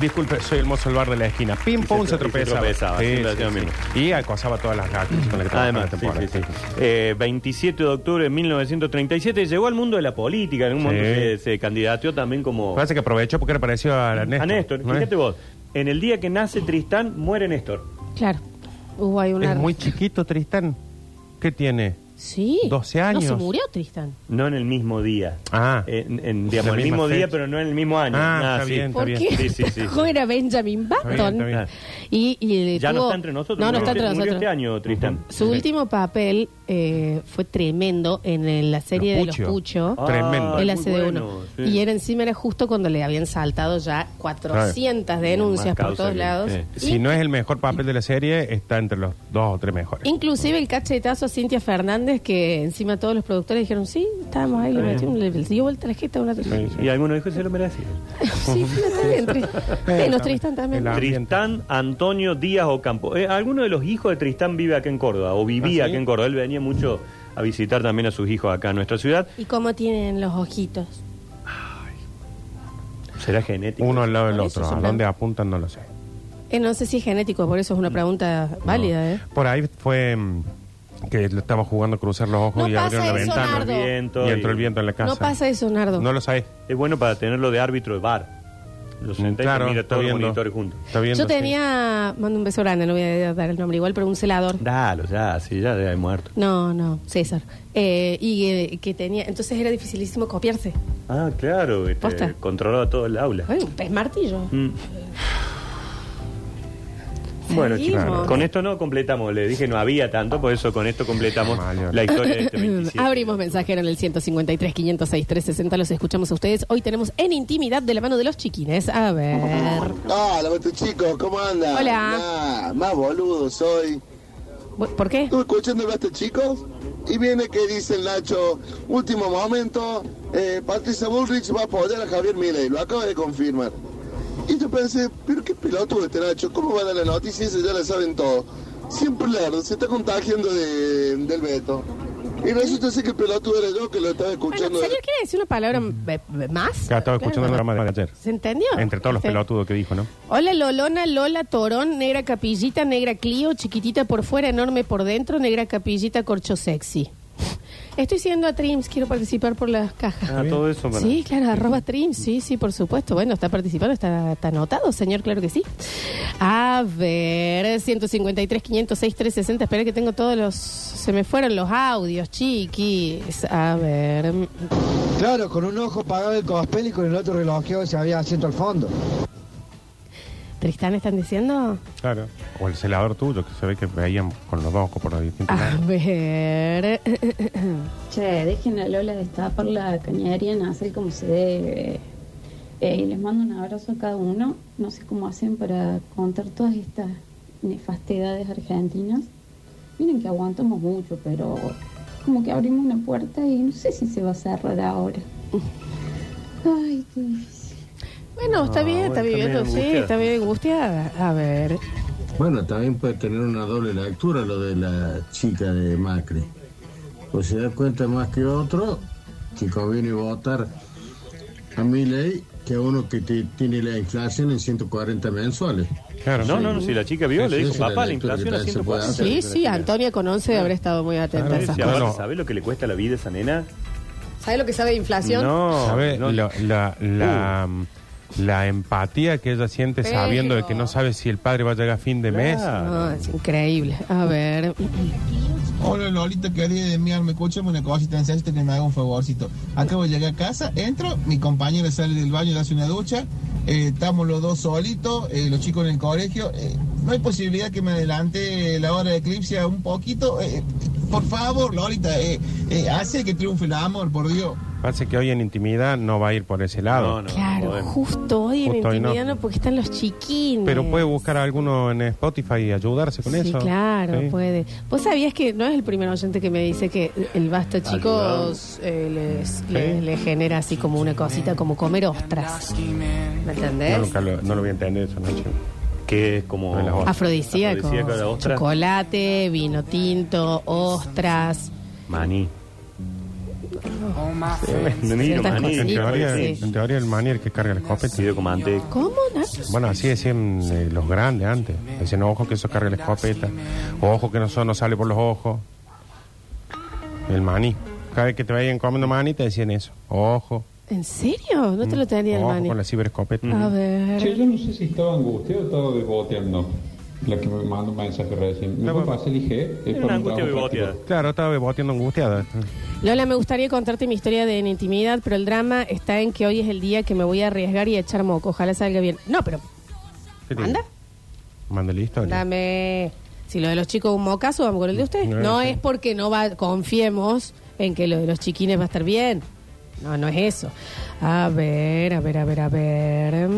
[SPEAKER 2] Disculpe, soy el mozo del bar de la esquina. Pim,
[SPEAKER 3] Y
[SPEAKER 2] pum,
[SPEAKER 3] se
[SPEAKER 2] se
[SPEAKER 3] tro- y se
[SPEAKER 2] tropezaba.
[SPEAKER 3] tropezaba, siempre hacía lo mismo.
[SPEAKER 2] Y acosaba todas las gatas con las que trabajaba
[SPEAKER 3] Además,
[SPEAKER 2] la
[SPEAKER 3] sí,
[SPEAKER 2] temporada.
[SPEAKER 3] sí, sí. Eh, 27 de octubre de 1937 llegó al mundo de la política. En un
[SPEAKER 2] Sí.
[SPEAKER 3] momento se, se candidateó también como
[SPEAKER 2] Parece que aprovechó porque era parecido a Néstor.
[SPEAKER 3] a Néstor.
[SPEAKER 2] ¿no es?
[SPEAKER 3] Fíjate vos, en el día que nace Tristán, muere Néstor.
[SPEAKER 1] Claro. Hubo ahí una.
[SPEAKER 2] Es muy chiquito Tristán. ¿Qué tiene?
[SPEAKER 1] Sí.
[SPEAKER 2] 12
[SPEAKER 1] No se
[SPEAKER 2] años.
[SPEAKER 1] murió Tristán.
[SPEAKER 3] No en el mismo día. Eh,
[SPEAKER 2] Ah.
[SPEAKER 3] En, en,
[SPEAKER 2] La
[SPEAKER 3] digamos,
[SPEAKER 2] misma
[SPEAKER 3] el mismo día,
[SPEAKER 2] fecha.
[SPEAKER 3] pero no en el mismo año.
[SPEAKER 2] Ah,
[SPEAKER 3] Nada,
[SPEAKER 2] está
[SPEAKER 3] sí.
[SPEAKER 2] bien,
[SPEAKER 1] ¿Por
[SPEAKER 2] bien.
[SPEAKER 1] qué?
[SPEAKER 3] Sí, sí, sí.
[SPEAKER 1] ¿Cómo era Benjamin Button?
[SPEAKER 2] Está bien, está bien.
[SPEAKER 1] Y, y
[SPEAKER 3] Ya no
[SPEAKER 1] tuvo-
[SPEAKER 3] está entre nosotros.
[SPEAKER 1] No, no
[SPEAKER 3] murió
[SPEAKER 1] está entre
[SPEAKER 3] este- murió
[SPEAKER 1] nosotros.
[SPEAKER 3] este año, Tristán.
[SPEAKER 1] Su último papel eh, fue tremendo en, el- la serie de Los
[SPEAKER 2] Pucho.
[SPEAKER 1] Pucho.
[SPEAKER 2] Ah, Tremendo.
[SPEAKER 1] El
[SPEAKER 3] muy
[SPEAKER 1] ACD1.
[SPEAKER 3] bueno, sí.
[SPEAKER 1] Y era encima era justo cuando le habían saltado ya 400 denuncias
[SPEAKER 3] Más
[SPEAKER 1] por
[SPEAKER 3] causa
[SPEAKER 1] todos
[SPEAKER 3] que-
[SPEAKER 1] lados.
[SPEAKER 3] sí.
[SPEAKER 1] Y-
[SPEAKER 2] Si no es el mejor papel de la serie, está entre los dos o tres mejores.
[SPEAKER 1] Inclusive el cachetazo a Cintia Fernández, que encima todos los productores dijeron, sí, estábamos ahí, le metimos, le le dio vuelta la tarjeta una tarjeta.
[SPEAKER 3] Y algunos dijo se lo merecía.
[SPEAKER 1] Sí, está bien, Tri- Menos Tristan también.
[SPEAKER 2] El- Ambiente.
[SPEAKER 3] Tristán Antonio Díaz Ocampo. Eh, alguno de los hijos de Tristán vive acá en Córdoba, o vivía
[SPEAKER 2] ¿Ah, sí?
[SPEAKER 3] acá en Córdoba. Él venía mucho a visitar también a sus hijos acá en nuestra ciudad.
[SPEAKER 1] ¿Y cómo tienen los ojitos?
[SPEAKER 3] Será genético.
[SPEAKER 2] Uno al lado del
[SPEAKER 1] Por eso
[SPEAKER 2] otro.
[SPEAKER 1] son
[SPEAKER 2] ¿A dónde apuntan? No lo sé.
[SPEAKER 1] Eh, no sé si es genético, por eso es una pregunta válida, ¿eh?
[SPEAKER 2] Por ahí fue mm, que lo estaba jugando a cruzar los ojos
[SPEAKER 1] No
[SPEAKER 2] y
[SPEAKER 1] pasa
[SPEAKER 2] abrieron la
[SPEAKER 1] eso,
[SPEAKER 2] ventana.
[SPEAKER 1] Nardo.
[SPEAKER 3] Viento
[SPEAKER 2] Y entró el
[SPEAKER 3] y-
[SPEAKER 2] viento en la casa.
[SPEAKER 1] No pasa eso, Nardo.
[SPEAKER 2] No lo sabés.
[SPEAKER 3] Es bueno para tenerlo de árbitro de bar. Lo sentáis
[SPEAKER 2] Mm, Claro,
[SPEAKER 3] y mira
[SPEAKER 2] está
[SPEAKER 3] todos los
[SPEAKER 2] viendo.
[SPEAKER 3] monitores juntos.
[SPEAKER 2] Está viendo,
[SPEAKER 1] Yo
[SPEAKER 2] sí.
[SPEAKER 1] tenía, mando un beso grande, no voy a dar el nombre igual, pero un celador.
[SPEAKER 3] Dalo, ya, sí, ya he muerto.
[SPEAKER 1] No, no, César. Eh, y eh, que tenía, entonces era dificilísimo copiarse.
[SPEAKER 3] Ah, claro, este,
[SPEAKER 1] Posta. ¿Eh?
[SPEAKER 3] controlaba todo el aula.
[SPEAKER 1] Ay, un pez martillo.
[SPEAKER 3] Mm.
[SPEAKER 2] Mm.
[SPEAKER 3] Bueno,
[SPEAKER 1] Seguimos.
[SPEAKER 3] chicos,
[SPEAKER 2] este
[SPEAKER 3] con esto no completamos. Le dije no había tanto, por eso con esto completamos
[SPEAKER 2] Mayor.
[SPEAKER 3] la historia de este 27.
[SPEAKER 1] Abrimos mensajero en el 153 506 360, los escuchamos a ustedes. Hoy tenemos en intimidad de la mano de los chiquines. A ver.
[SPEAKER 7] Hola, tu chicos, ¿cómo andan?
[SPEAKER 1] Hola.
[SPEAKER 7] Nah, más boludo soy.
[SPEAKER 1] Bu- ¿Por qué?
[SPEAKER 7] Estuve escuchando el gato chicos y viene que dice el Nacho, último momento, eh, Patricia Bullrich va a apoyar a Javier Milei, lo acaba de confirmar. Y yo pensé, pero qué pelotudo este Nacho, ¿cómo va a dar la noticia? Eso ya la saben todo. Siempre lerdo, se está contagiando de, del Beto. Y resulta ser que el pelotudo era yo que lo estaba
[SPEAKER 1] Bueno,
[SPEAKER 7] escuchando.
[SPEAKER 1] señor, ¿quiere decir una palabra eh, más?
[SPEAKER 2] Acá estaba escuchando el
[SPEAKER 1] Claro.
[SPEAKER 2] programa de ayer.
[SPEAKER 1] ¿Se entendió?
[SPEAKER 2] Entre todos los
[SPEAKER 1] Sí.
[SPEAKER 2] pelotudos que dijo, ¿no?
[SPEAKER 1] Hola Lolona, Lola Torón, negra capillita, negra Clio, chiquitita por fuera, enorme por dentro, negra capillita, corcho sexy. Estoy siendo a Trims, quiero participar por las cajas.
[SPEAKER 3] Ah, todo eso para-
[SPEAKER 1] Sí, claro, arroba Trims, sí, sí, por supuesto. Bueno, está participando, está, está anotado, señor, claro que sí. A ver, 153, 506, 360, espera que tengo todos los... Se me fueron los audios, chiquis. A ver...
[SPEAKER 8] Claro, con un ojo pagaba el cospel y con el otro relojeo se había asiento al fondo.
[SPEAKER 1] ¿Tristán están diciendo?
[SPEAKER 2] Claro. O el celador tuyo, que se ve que veían con los ojos por los distintos
[SPEAKER 1] A
[SPEAKER 2] lados.
[SPEAKER 1] ver...
[SPEAKER 9] Che, dejen a Lola destapar la cañería en hacer como se debe. Eh, y les mando un abrazo a cada uno. No sé cómo hacen para contar todas estas nefastedades argentinas. Miren que aguantamos mucho, pero como que abrimos una puerta y no sé si se va a cerrar ahora. Ay, qué difícil.
[SPEAKER 1] Bueno, está
[SPEAKER 3] Ah,
[SPEAKER 1] bien,
[SPEAKER 3] bueno,
[SPEAKER 1] está
[SPEAKER 3] está
[SPEAKER 1] viviendo,
[SPEAKER 3] medio
[SPEAKER 1] sí,
[SPEAKER 3] angustiada.
[SPEAKER 1] está bien angustiada. A ver,
[SPEAKER 10] Bueno, también puede tener una doble lectura lo de la chica de Macri. O se da cuenta más que otro que conviene votar a mi ley que a uno que te- tiene la inflación en 140 mensuales.
[SPEAKER 2] Claro.
[SPEAKER 3] No, no, no, si la chica vio,
[SPEAKER 10] Sí,
[SPEAKER 3] le
[SPEAKER 10] sí,
[SPEAKER 3] dijo,
[SPEAKER 10] sí, la
[SPEAKER 3] papá, la
[SPEAKER 10] lectura que
[SPEAKER 3] inflación a
[SPEAKER 10] también se puede
[SPEAKER 3] 140.
[SPEAKER 10] hacer.
[SPEAKER 1] sí, sí, Antonia con 11 habrá estado muy atenta. a
[SPEAKER 3] ¿Sabes
[SPEAKER 1] esas
[SPEAKER 2] Claro,
[SPEAKER 1] cosas.
[SPEAKER 2] no.
[SPEAKER 3] lo que le cuesta la vida a esa nena?
[SPEAKER 1] ¿Sabe lo que sabe de inflación?
[SPEAKER 3] No,
[SPEAKER 2] ¿Sabe?
[SPEAKER 3] no. Uh.
[SPEAKER 2] La, la, la, mm, la empatía que ella siente
[SPEAKER 1] Pero-
[SPEAKER 2] sabiendo de que no sabe si el padre va a llegar a fin de mes.
[SPEAKER 3] Claro.
[SPEAKER 1] No, Ah, es increíble. A ver,
[SPEAKER 8] Hola Lolita querida de mi alma, escúchame una cosita, necesito que me haga un favorcito. Acabo de llegar a casa, entro, mi compañera sale del baño, le hace una ducha, eh, estamos los dos solitos, eh, los chicos en el colegio. eh, no hay posibilidad que me adelante eh, la hora de eclipse un poquito. eh, por favor, Lolita, eh, eh, hace que triunfe el amor, por Dios.
[SPEAKER 2] Parece que hoy en intimidad no va a ir por ese
[SPEAKER 3] No,
[SPEAKER 2] lado.
[SPEAKER 3] no,
[SPEAKER 1] claro,
[SPEAKER 3] no podemos.
[SPEAKER 1] justo hoy en
[SPEAKER 2] Justo hoy no.
[SPEAKER 1] Intimidad no, porque están los chiquines.
[SPEAKER 2] Pero puede buscar a alguno en Spotify y ayudarse con
[SPEAKER 1] Pues. sí,
[SPEAKER 2] eso.
[SPEAKER 1] claro,
[SPEAKER 2] Sí.
[SPEAKER 1] puede. ¿Vos sabías que no es el primer oyente que me dice que el basta, chicos, eh, les, le- le genera así como una cosita, como comer ostras? ¿Me entendés?
[SPEAKER 2] No, nunca lo, no lo voy a entender eso, Nacho.
[SPEAKER 3] Que es como...
[SPEAKER 2] De las ostras.
[SPEAKER 1] Afrodisíaco.
[SPEAKER 3] Afrodisíaco, la ostra.
[SPEAKER 1] Chocolate, vino tinto, ostras.
[SPEAKER 3] Maní.
[SPEAKER 1] ciertas
[SPEAKER 3] maní,
[SPEAKER 1] cosas.
[SPEAKER 2] En
[SPEAKER 1] Sí,
[SPEAKER 2] teoría,
[SPEAKER 1] sí.
[SPEAKER 2] en teoría el manier que carga el
[SPEAKER 3] Pido
[SPEAKER 2] escopeta.
[SPEAKER 3] con manteca.
[SPEAKER 1] ¿Cómo? Nacho?
[SPEAKER 2] Bueno, así decían eh, los grandes antes. Decían, ojo que eso carga la escopeta. Ojo que no, so- no sale por los ojos. El maní. Cada vez que te vayan comiendo maní te decían eso. Ojo.
[SPEAKER 1] ¿En serio? No te lo tenía el
[SPEAKER 2] Mm. Ojo
[SPEAKER 1] Mani. Ah.
[SPEAKER 2] con la Mm. ciberescopeta.
[SPEAKER 1] A ver.
[SPEAKER 11] Che, yo no sé si estaba angustiado o estaba beboteando. La que me mandó un mensaje recién. Mi papá se elige. Es
[SPEAKER 3] Era
[SPEAKER 11] por
[SPEAKER 3] una
[SPEAKER 11] un
[SPEAKER 3] angustia
[SPEAKER 11] trabajo
[SPEAKER 3] beboteada.
[SPEAKER 2] Claro, estaba beboteando angustiada.
[SPEAKER 1] Lola, me gustaría contarte mi historia de en intimidad, pero el drama está en que hoy es el día que me voy a arriesgar y a echar moco. Ojalá salga bien. No, pero
[SPEAKER 2] ¿Qué tiene?
[SPEAKER 1] anda,
[SPEAKER 2] Mándale historia.
[SPEAKER 1] dame. Si lo de los chicos es un mocazo, vamos con el de ustedes.
[SPEAKER 2] No,
[SPEAKER 1] No
[SPEAKER 2] sí.
[SPEAKER 1] es porque no va, confiemos en que lo de los chiquines va a estar bien. No, no es eso. A ver, a ver, a ver, a ver.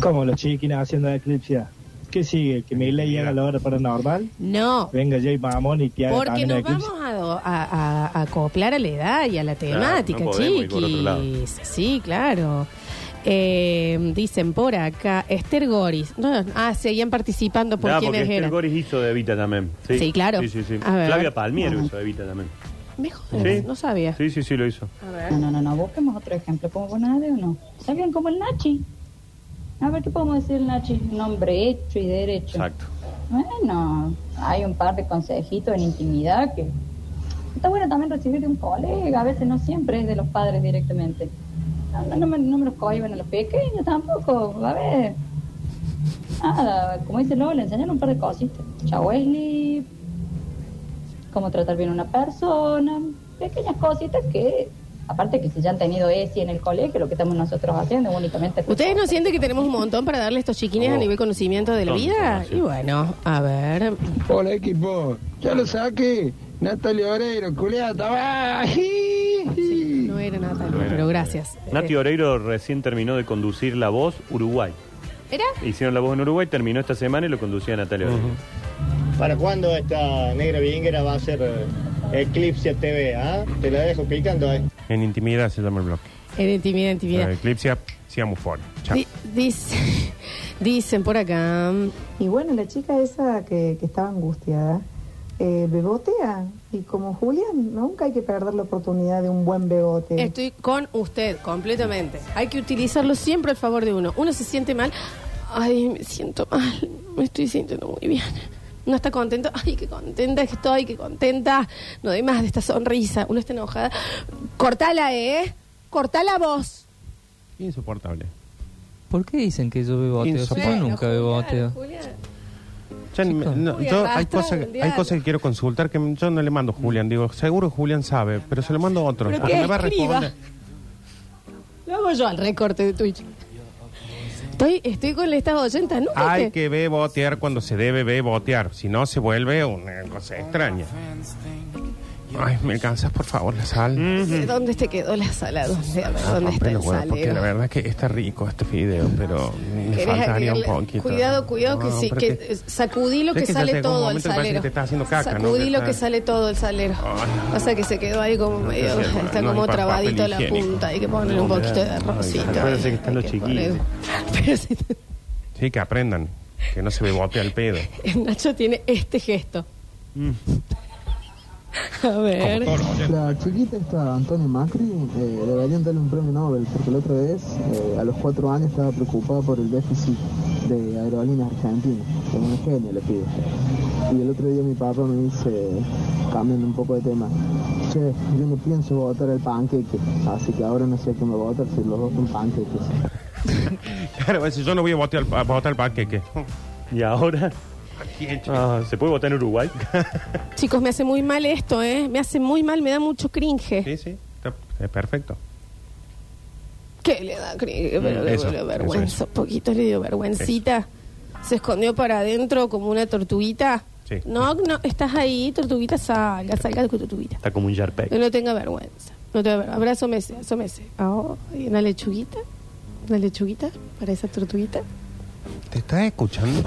[SPEAKER 12] Como los chiquines haciendo eclipse. ¿Qué sigue? ¿Que mi ley haga la hora paranormal?
[SPEAKER 1] No,
[SPEAKER 12] Venga Jay Mamón y te haga
[SPEAKER 1] porque
[SPEAKER 12] también
[SPEAKER 1] nos
[SPEAKER 12] eclipse.
[SPEAKER 1] vamos a, do- a- a- a acoplar a la edad y a la
[SPEAKER 12] Claro,
[SPEAKER 1] temática,
[SPEAKER 12] no podemos ir por otro lado.
[SPEAKER 1] chiquis. Sí, claro. Eh, dicen por acá, Esther Goris. No, no, ah, seguían participando por
[SPEAKER 3] Ah, porque
[SPEAKER 1] quienes
[SPEAKER 3] Esther
[SPEAKER 1] eran.
[SPEAKER 3] Goris hizo de Evita también. Sí,
[SPEAKER 1] Sí, claro.
[SPEAKER 3] Sí, sí, sí.
[SPEAKER 1] A ver.
[SPEAKER 3] Flavia Palmiero hizo de Evita también.
[SPEAKER 1] Me jodas,
[SPEAKER 3] Sí.
[SPEAKER 1] no sabía.
[SPEAKER 3] Sí, sí, sí, lo hizo.
[SPEAKER 9] No, no, no, no, busquemos otro ejemplo como nadie o no. ¿Está bien como el Nachi? A ver qué podemos decir el Nachi, un hombre hecho y derecho.
[SPEAKER 3] Exacto.
[SPEAKER 9] Bueno, hay un par de consejitos en intimidad que está bueno también recibir de un colega, a veces no siempre es de los padres directamente. No, no, no me, no me los cohiben a los pequeños tampoco, a ver. Nada, como dice Lola, enseñar un par de cositas. Chau, Wesley, cómo tratar bien a una persona, pequeñas cositas que, aparte que si ya han tenido ESI en el colegio, lo que estamos nosotros haciendo es únicamente...
[SPEAKER 1] ¿Ustedes no sienten que tenemos un montón para darle a estos chiquines a nivel conocimiento de la
[SPEAKER 9] Montón de
[SPEAKER 1] vida? Y bueno, a ver.
[SPEAKER 13] Hola equipo, ya lo saqué. Natalia Oreiro, culeata. va.
[SPEAKER 1] No era Natalia,
[SPEAKER 3] No era.
[SPEAKER 1] pero gracias. Este,
[SPEAKER 3] Nati Oreiro recién terminó de conducir La Voz Uruguay.
[SPEAKER 1] ¿Era?
[SPEAKER 3] Hicieron La Voz en Uruguay, terminó esta semana y lo conducía Natalia Oreiro.
[SPEAKER 14] ¿Para cuándo esta negra vinguera va a ser Eclipse TV? ¿ah? Te la dejo picando, ¿eh?
[SPEAKER 2] En intimidad se llama el blog.
[SPEAKER 1] Era intimidad, intimidad.
[SPEAKER 2] Eh, Eclipse, seamos fuera. Chao.
[SPEAKER 1] Di- dice- dicen por acá.
[SPEAKER 15] Y bueno, la chica esa que, que estaba angustiada, eh, bebotea. Y como Julián, nunca hay que perder la oportunidad de un buen bebote.
[SPEAKER 1] Estoy con usted completamente. Hay que utilizarlo siempre al favor de uno. Uno se siente mal. Ay, me siento mal. Me estoy sintiendo muy bien. No está contento. Ay, qué contenta que estoy, qué contenta. No doy más de esta sonrisa. Uno está enojada. Cortala, ¿eh? Cortala vos.
[SPEAKER 2] Insoportable.
[SPEAKER 6] ¿Por qué dicen que yo beboteo? Si yo
[SPEAKER 1] Insoportable.
[SPEAKER 6] nunca beboteo.
[SPEAKER 2] Ya ni me- no,
[SPEAKER 1] Julián,
[SPEAKER 2] yo- hay,
[SPEAKER 1] arrastra
[SPEAKER 2] cosas,
[SPEAKER 1] el
[SPEAKER 2] que- hay
[SPEAKER 1] diálogo.
[SPEAKER 2] cosas que quiero consultar que yo no le mando a Julián. Digo, seguro Julián sabe, pero se lo mando a otro.
[SPEAKER 1] Pero
[SPEAKER 2] porque
[SPEAKER 1] que
[SPEAKER 2] me va a
[SPEAKER 1] escriba.
[SPEAKER 2] responder.
[SPEAKER 1] Lo hago yo al recorte de Twitch. Estoy, estoy con estas oyentas. Nunca
[SPEAKER 2] Hay
[SPEAKER 1] te-
[SPEAKER 2] que bebotear cuando se debe bebotear. Si no, se vuelve una cosa extraña. Ay, ¿me alcanzas, por favor, la sal?
[SPEAKER 1] ¿Dónde te quedó la sala? ¿Dónde, a ver,
[SPEAKER 2] Ah,
[SPEAKER 1] ¿dónde está
[SPEAKER 2] rompele
[SPEAKER 1] el
[SPEAKER 2] los huevos, Porque la
[SPEAKER 1] salero?
[SPEAKER 2] verdad es que está rico este video, pero me
[SPEAKER 1] ¿Querés
[SPEAKER 2] faltaría un
[SPEAKER 1] agregarle?
[SPEAKER 2] poquito.
[SPEAKER 1] Cuidado, cuidado, que,
[SPEAKER 2] No,
[SPEAKER 1] sí,
[SPEAKER 2] pero
[SPEAKER 1] que,
[SPEAKER 2] es
[SPEAKER 1] eh, sacudí lo
[SPEAKER 2] Es
[SPEAKER 1] que,
[SPEAKER 2] que ya
[SPEAKER 1] sale
[SPEAKER 2] llegó un
[SPEAKER 1] todo el
[SPEAKER 2] momento que parece
[SPEAKER 1] salero.
[SPEAKER 2] que te está haciendo caca, ¿no?
[SPEAKER 1] sacudí
[SPEAKER 2] Que
[SPEAKER 1] lo
[SPEAKER 2] está-
[SPEAKER 1] que sale todo el salero. O sea que se quedó ahí como medio,
[SPEAKER 2] sé, no,
[SPEAKER 1] está
[SPEAKER 2] no
[SPEAKER 1] como
[SPEAKER 2] hay pa-
[SPEAKER 1] trabadito
[SPEAKER 2] papel
[SPEAKER 1] la
[SPEAKER 2] higiénico.
[SPEAKER 1] punta. Hay que ponerle un
[SPEAKER 2] No,
[SPEAKER 1] poquito de
[SPEAKER 2] mirá.
[SPEAKER 1] arrocito.
[SPEAKER 2] Ay, acuérdense que están los
[SPEAKER 1] Hay que
[SPEAKER 2] chiquillos.
[SPEAKER 1] poner- Pero si te-
[SPEAKER 2] Sí, que aprendan, que no se bebotea el pedo.
[SPEAKER 1] el Nacho tiene este gesto.
[SPEAKER 2] Mm.
[SPEAKER 1] A ver.
[SPEAKER 16] La chiquita esta, Antonio Macri, eh, deberían darle un premio Nobel, porque la otra vez, eh, a los cuatro años, estaba preocupada por el déficit de aerolíneas argentinas. Es un genio la piba. Y el otro día mi papá me dice, cambiando un poco de tema, che, yo no pienso votar al panqueque, así que ahora no sé a quién me votar si los dos son panqueques.
[SPEAKER 2] Claro, pues, si yo no voy a botear, a botar el panqueque.
[SPEAKER 3] ¿Y ahora? Ah, ¿Se puede votar en Uruguay?
[SPEAKER 1] Chicos, me hace muy mal esto, ¿eh? Me hace muy mal, me da mucho cringe.
[SPEAKER 2] Sí, sí. Está- Es perfecto.
[SPEAKER 1] ¿Qué le da cringe? Pero
[SPEAKER 2] Mm,
[SPEAKER 1] le
[SPEAKER 2] eso,
[SPEAKER 1] dio
[SPEAKER 2] eso,
[SPEAKER 1] vergüenza,
[SPEAKER 2] eso.
[SPEAKER 1] un poquito le dio vergüencita. Se escondió para adentro como una tortuguita.
[SPEAKER 3] Sí.
[SPEAKER 1] No, no, estás ahí, tortuguita, salga, salga de tortuguita.
[SPEAKER 3] Está como un yarpec.
[SPEAKER 1] No tenga vergüenza. No tenga vergüenza. Abrazo, mese, asómese. Ay, una lechuguita, una lechuguita para esa tortuguita.
[SPEAKER 2] ¿Te estás escuchando?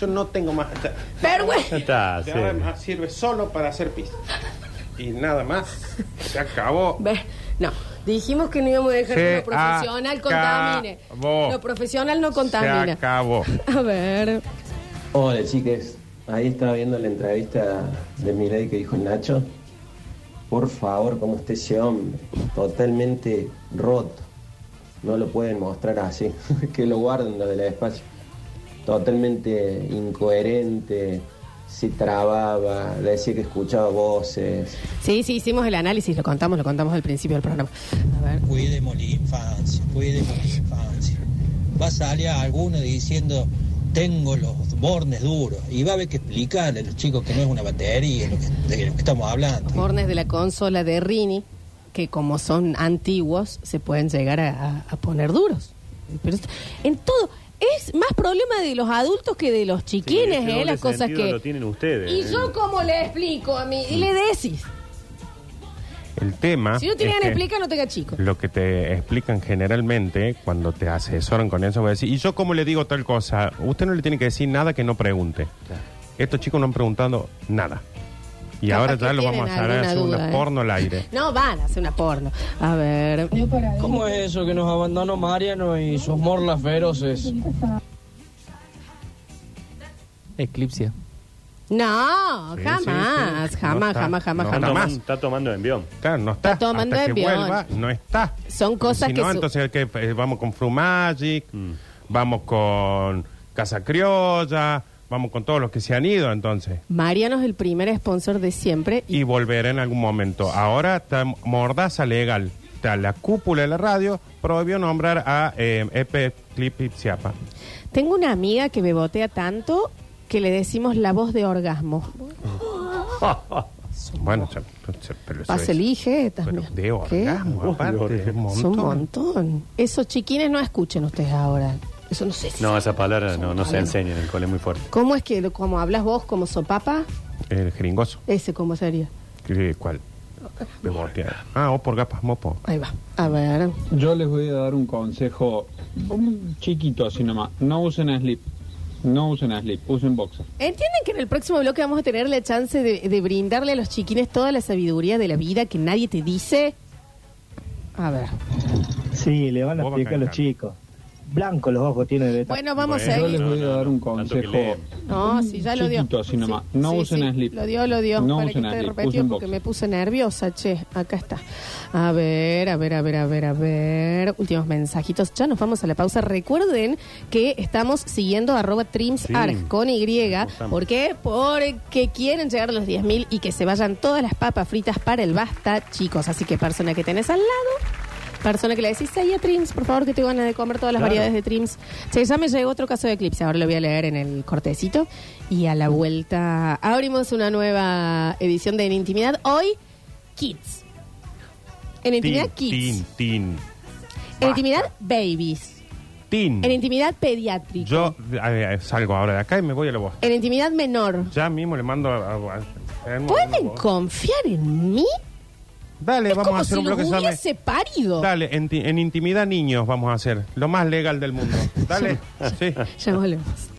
[SPEAKER 2] Yo no tengo más.
[SPEAKER 1] ¡Vergüenza!
[SPEAKER 3] Está,
[SPEAKER 2] De
[SPEAKER 3] sí.
[SPEAKER 2] ahora en más sirve solo para hacer pis. Y nada más. Se acabó.
[SPEAKER 1] Ve, No, dijimos que no íbamos a dejar que lo
[SPEAKER 2] Se
[SPEAKER 1] profesional contamine.
[SPEAKER 2] acabó.
[SPEAKER 1] Lo profesional no
[SPEAKER 2] Se
[SPEAKER 1] contamina.
[SPEAKER 2] acabó.
[SPEAKER 1] A ver.
[SPEAKER 17] Hola chiques, ahí estaba viendo la entrevista de Milei que dijo el Nacho. Por favor, como esté ese hombre, totalmente roto. No lo pueden mostrar así, que lo guarden los del espacio. Totalmente incoherente, se trababa, decía que escuchaba voces.
[SPEAKER 1] Sí, sí, hicimos el análisis, lo contamos, lo contamos al principio del programa. A ver.
[SPEAKER 18] Cuidemos la infancia, cuidemos la infancia. Va a salir alguno diciendo, tengo los bornes duros. Y va a haber que explicarle a los chicos que no es una batería lo que- de lo que estamos hablando.
[SPEAKER 1] Bornes de la consola de Rini, que como son antiguos, se pueden llegar a, a- a poner duros. Pero esto- en todo, es más problema de los adultos que de los chiquines, ¿eh?
[SPEAKER 3] Ese este doble
[SPEAKER 1] Las cosas
[SPEAKER 3] sentido Lo
[SPEAKER 1] que...
[SPEAKER 3] tienen ustedes.
[SPEAKER 1] Y
[SPEAKER 3] ¿eh?
[SPEAKER 1] yo como le explico a mí, y le decís.
[SPEAKER 2] El
[SPEAKER 3] Ah,
[SPEAKER 2] tema.
[SPEAKER 1] si no te ganas
[SPEAKER 2] es
[SPEAKER 1] de
[SPEAKER 2] que
[SPEAKER 1] explicar, no tenga chico.
[SPEAKER 2] Lo que te explican generalmente cuando te asesoran con eso, voy a decir, ¿y yo cómo le digo tal cosa? Usted no le tiene que decir nada que no pregunte. Estos chicos no han preguntado nada. Y
[SPEAKER 1] Capaz
[SPEAKER 2] ahora
[SPEAKER 1] que
[SPEAKER 2] ya lo
[SPEAKER 1] tienen
[SPEAKER 2] vamos a hacer
[SPEAKER 1] alguna
[SPEAKER 2] hacer una
[SPEAKER 1] duda, ¿eh?
[SPEAKER 2] porno al aire.
[SPEAKER 1] No, van a hacer una porno. A ver.
[SPEAKER 19] ¿Cómo es eso que nos abandonó Mariano y sus morlas feroces?
[SPEAKER 6] Eclipsia.
[SPEAKER 1] No,
[SPEAKER 3] Sí,
[SPEAKER 1] jamás,
[SPEAKER 3] sí, sí. No
[SPEAKER 1] jamás,
[SPEAKER 3] está,
[SPEAKER 1] jamás, jamás,
[SPEAKER 3] no
[SPEAKER 1] jamás.
[SPEAKER 3] Está, está tomando envión.
[SPEAKER 2] Claro, no está.
[SPEAKER 1] Está tomando
[SPEAKER 2] Hasta que
[SPEAKER 1] envión.
[SPEAKER 2] vuelva, no está.
[SPEAKER 1] Son cosas
[SPEAKER 2] si
[SPEAKER 1] que...
[SPEAKER 2] no,
[SPEAKER 1] su-
[SPEAKER 2] entonces hay que, eh, vamos con Frumagic, vamos con Casa Criolla, vamos con todos los que se han ido entonces.
[SPEAKER 1] Mariano es el primer sponsor de siempre.
[SPEAKER 2] Y volverá en algún momento. Ahora está mordaza legal. Está la cúpula de la radio prohibió nombrar a eh, Epe Clip Ipsiapa.
[SPEAKER 1] Tengo una amiga que bebotea tanto que le decimos la voz de orgasmo.
[SPEAKER 2] bueno, se- se- pero eso
[SPEAKER 1] Pasa
[SPEAKER 2] es-
[SPEAKER 1] el IGE
[SPEAKER 2] pero
[SPEAKER 1] también.
[SPEAKER 2] de orgasmo, aparte, es
[SPEAKER 1] Es
[SPEAKER 2] un
[SPEAKER 1] un
[SPEAKER 2] montón.
[SPEAKER 1] montón. Esos chiquines no escuchen ustedes ahora. Eso no sé si...
[SPEAKER 3] No, esa palabra no, no se enseña en el cole, es muy fuerte.
[SPEAKER 1] ¿Cómo es que, lo- como hablas vos, como sopapa?
[SPEAKER 2] El jeringoso.
[SPEAKER 1] Ese, ¿cómo sería?
[SPEAKER 2] ¿Qué- ¿Cuál? Bebotea. Ah, o por gapas, mopo.
[SPEAKER 1] Ahí va. A ver.
[SPEAKER 11] Yo les voy a dar un consejo un chiquito así nomás. No usen slip. No usen slip, usen boxer.
[SPEAKER 1] ¿Entienden que en el próximo bloque vamos a tener la chance de, de brindarle a los chiquines toda la sabiduría de la vida que nadie te dice? A ver.
[SPEAKER 12] Sí,
[SPEAKER 16] Ah,
[SPEAKER 12] le van a
[SPEAKER 11] Vos vas
[SPEAKER 12] explicar a
[SPEAKER 11] cagando.
[SPEAKER 12] los chicos. Blanco los ojos tiene de
[SPEAKER 1] Bueno, vamos a
[SPEAKER 11] Yo
[SPEAKER 1] seguir.
[SPEAKER 11] les voy a dar un consejo.
[SPEAKER 1] No, sí, ya lo dio.
[SPEAKER 11] Chiquito así nomás. No
[SPEAKER 1] Sí,
[SPEAKER 11] usen
[SPEAKER 1] sí,
[SPEAKER 11] slip.
[SPEAKER 1] Lo dio, lo dio.
[SPEAKER 11] No
[SPEAKER 1] Para que
[SPEAKER 11] usen
[SPEAKER 1] esté
[SPEAKER 11] slip,
[SPEAKER 1] repetido
[SPEAKER 11] usen
[SPEAKER 1] porque
[SPEAKER 11] boxer.
[SPEAKER 1] me puse nerviosa, che. Acá está. A ver, a ver, a ver, a ver, a ver. Últimos mensajitos. Ya nos vamos a la pausa. Recuerden que estamos siguiendo arroba trimsarg con Y. ¿Por qué? Porque quieren llegar a los 10.000 y que se vayan todas las papas fritas para el basta, chicos. Así que persona que tenés al lado. Persona que le decís, ahí a Trims, por favor, que te van a de comer todas las
[SPEAKER 20] Claro.
[SPEAKER 1] variedades de Trims. Che, ya me llegó otro caso de eclipse, ahora lo voy a leer en el cortecito. Y a la vuelta abrimos una nueva edición de En Intimidad. Hoy, Kids. En Intimidad,
[SPEAKER 2] Tin,
[SPEAKER 1] Kids.
[SPEAKER 2] tin,
[SPEAKER 1] En Intimidad, Babies.
[SPEAKER 2] tin.
[SPEAKER 1] En
[SPEAKER 2] Tin.
[SPEAKER 1] Intimidad, Pediátrica.
[SPEAKER 2] Mm. Yo eh, eh, salgo ahora de acá y me voy a la voz.
[SPEAKER 1] En Intimidad, Menor.
[SPEAKER 2] Ya mismo le mando a- a- a-
[SPEAKER 1] ¿Pueden confiar en mí?
[SPEAKER 2] Dale,
[SPEAKER 1] es
[SPEAKER 2] vamos
[SPEAKER 1] como
[SPEAKER 2] a hacer
[SPEAKER 1] si
[SPEAKER 2] un bloque
[SPEAKER 1] los
[SPEAKER 2] sano.
[SPEAKER 1] hubiese parido.
[SPEAKER 2] Dale, en, ti- en intimidad niños vamos a hacer. Lo más legal del mundo. Dale. sí.
[SPEAKER 1] Ya volvemos.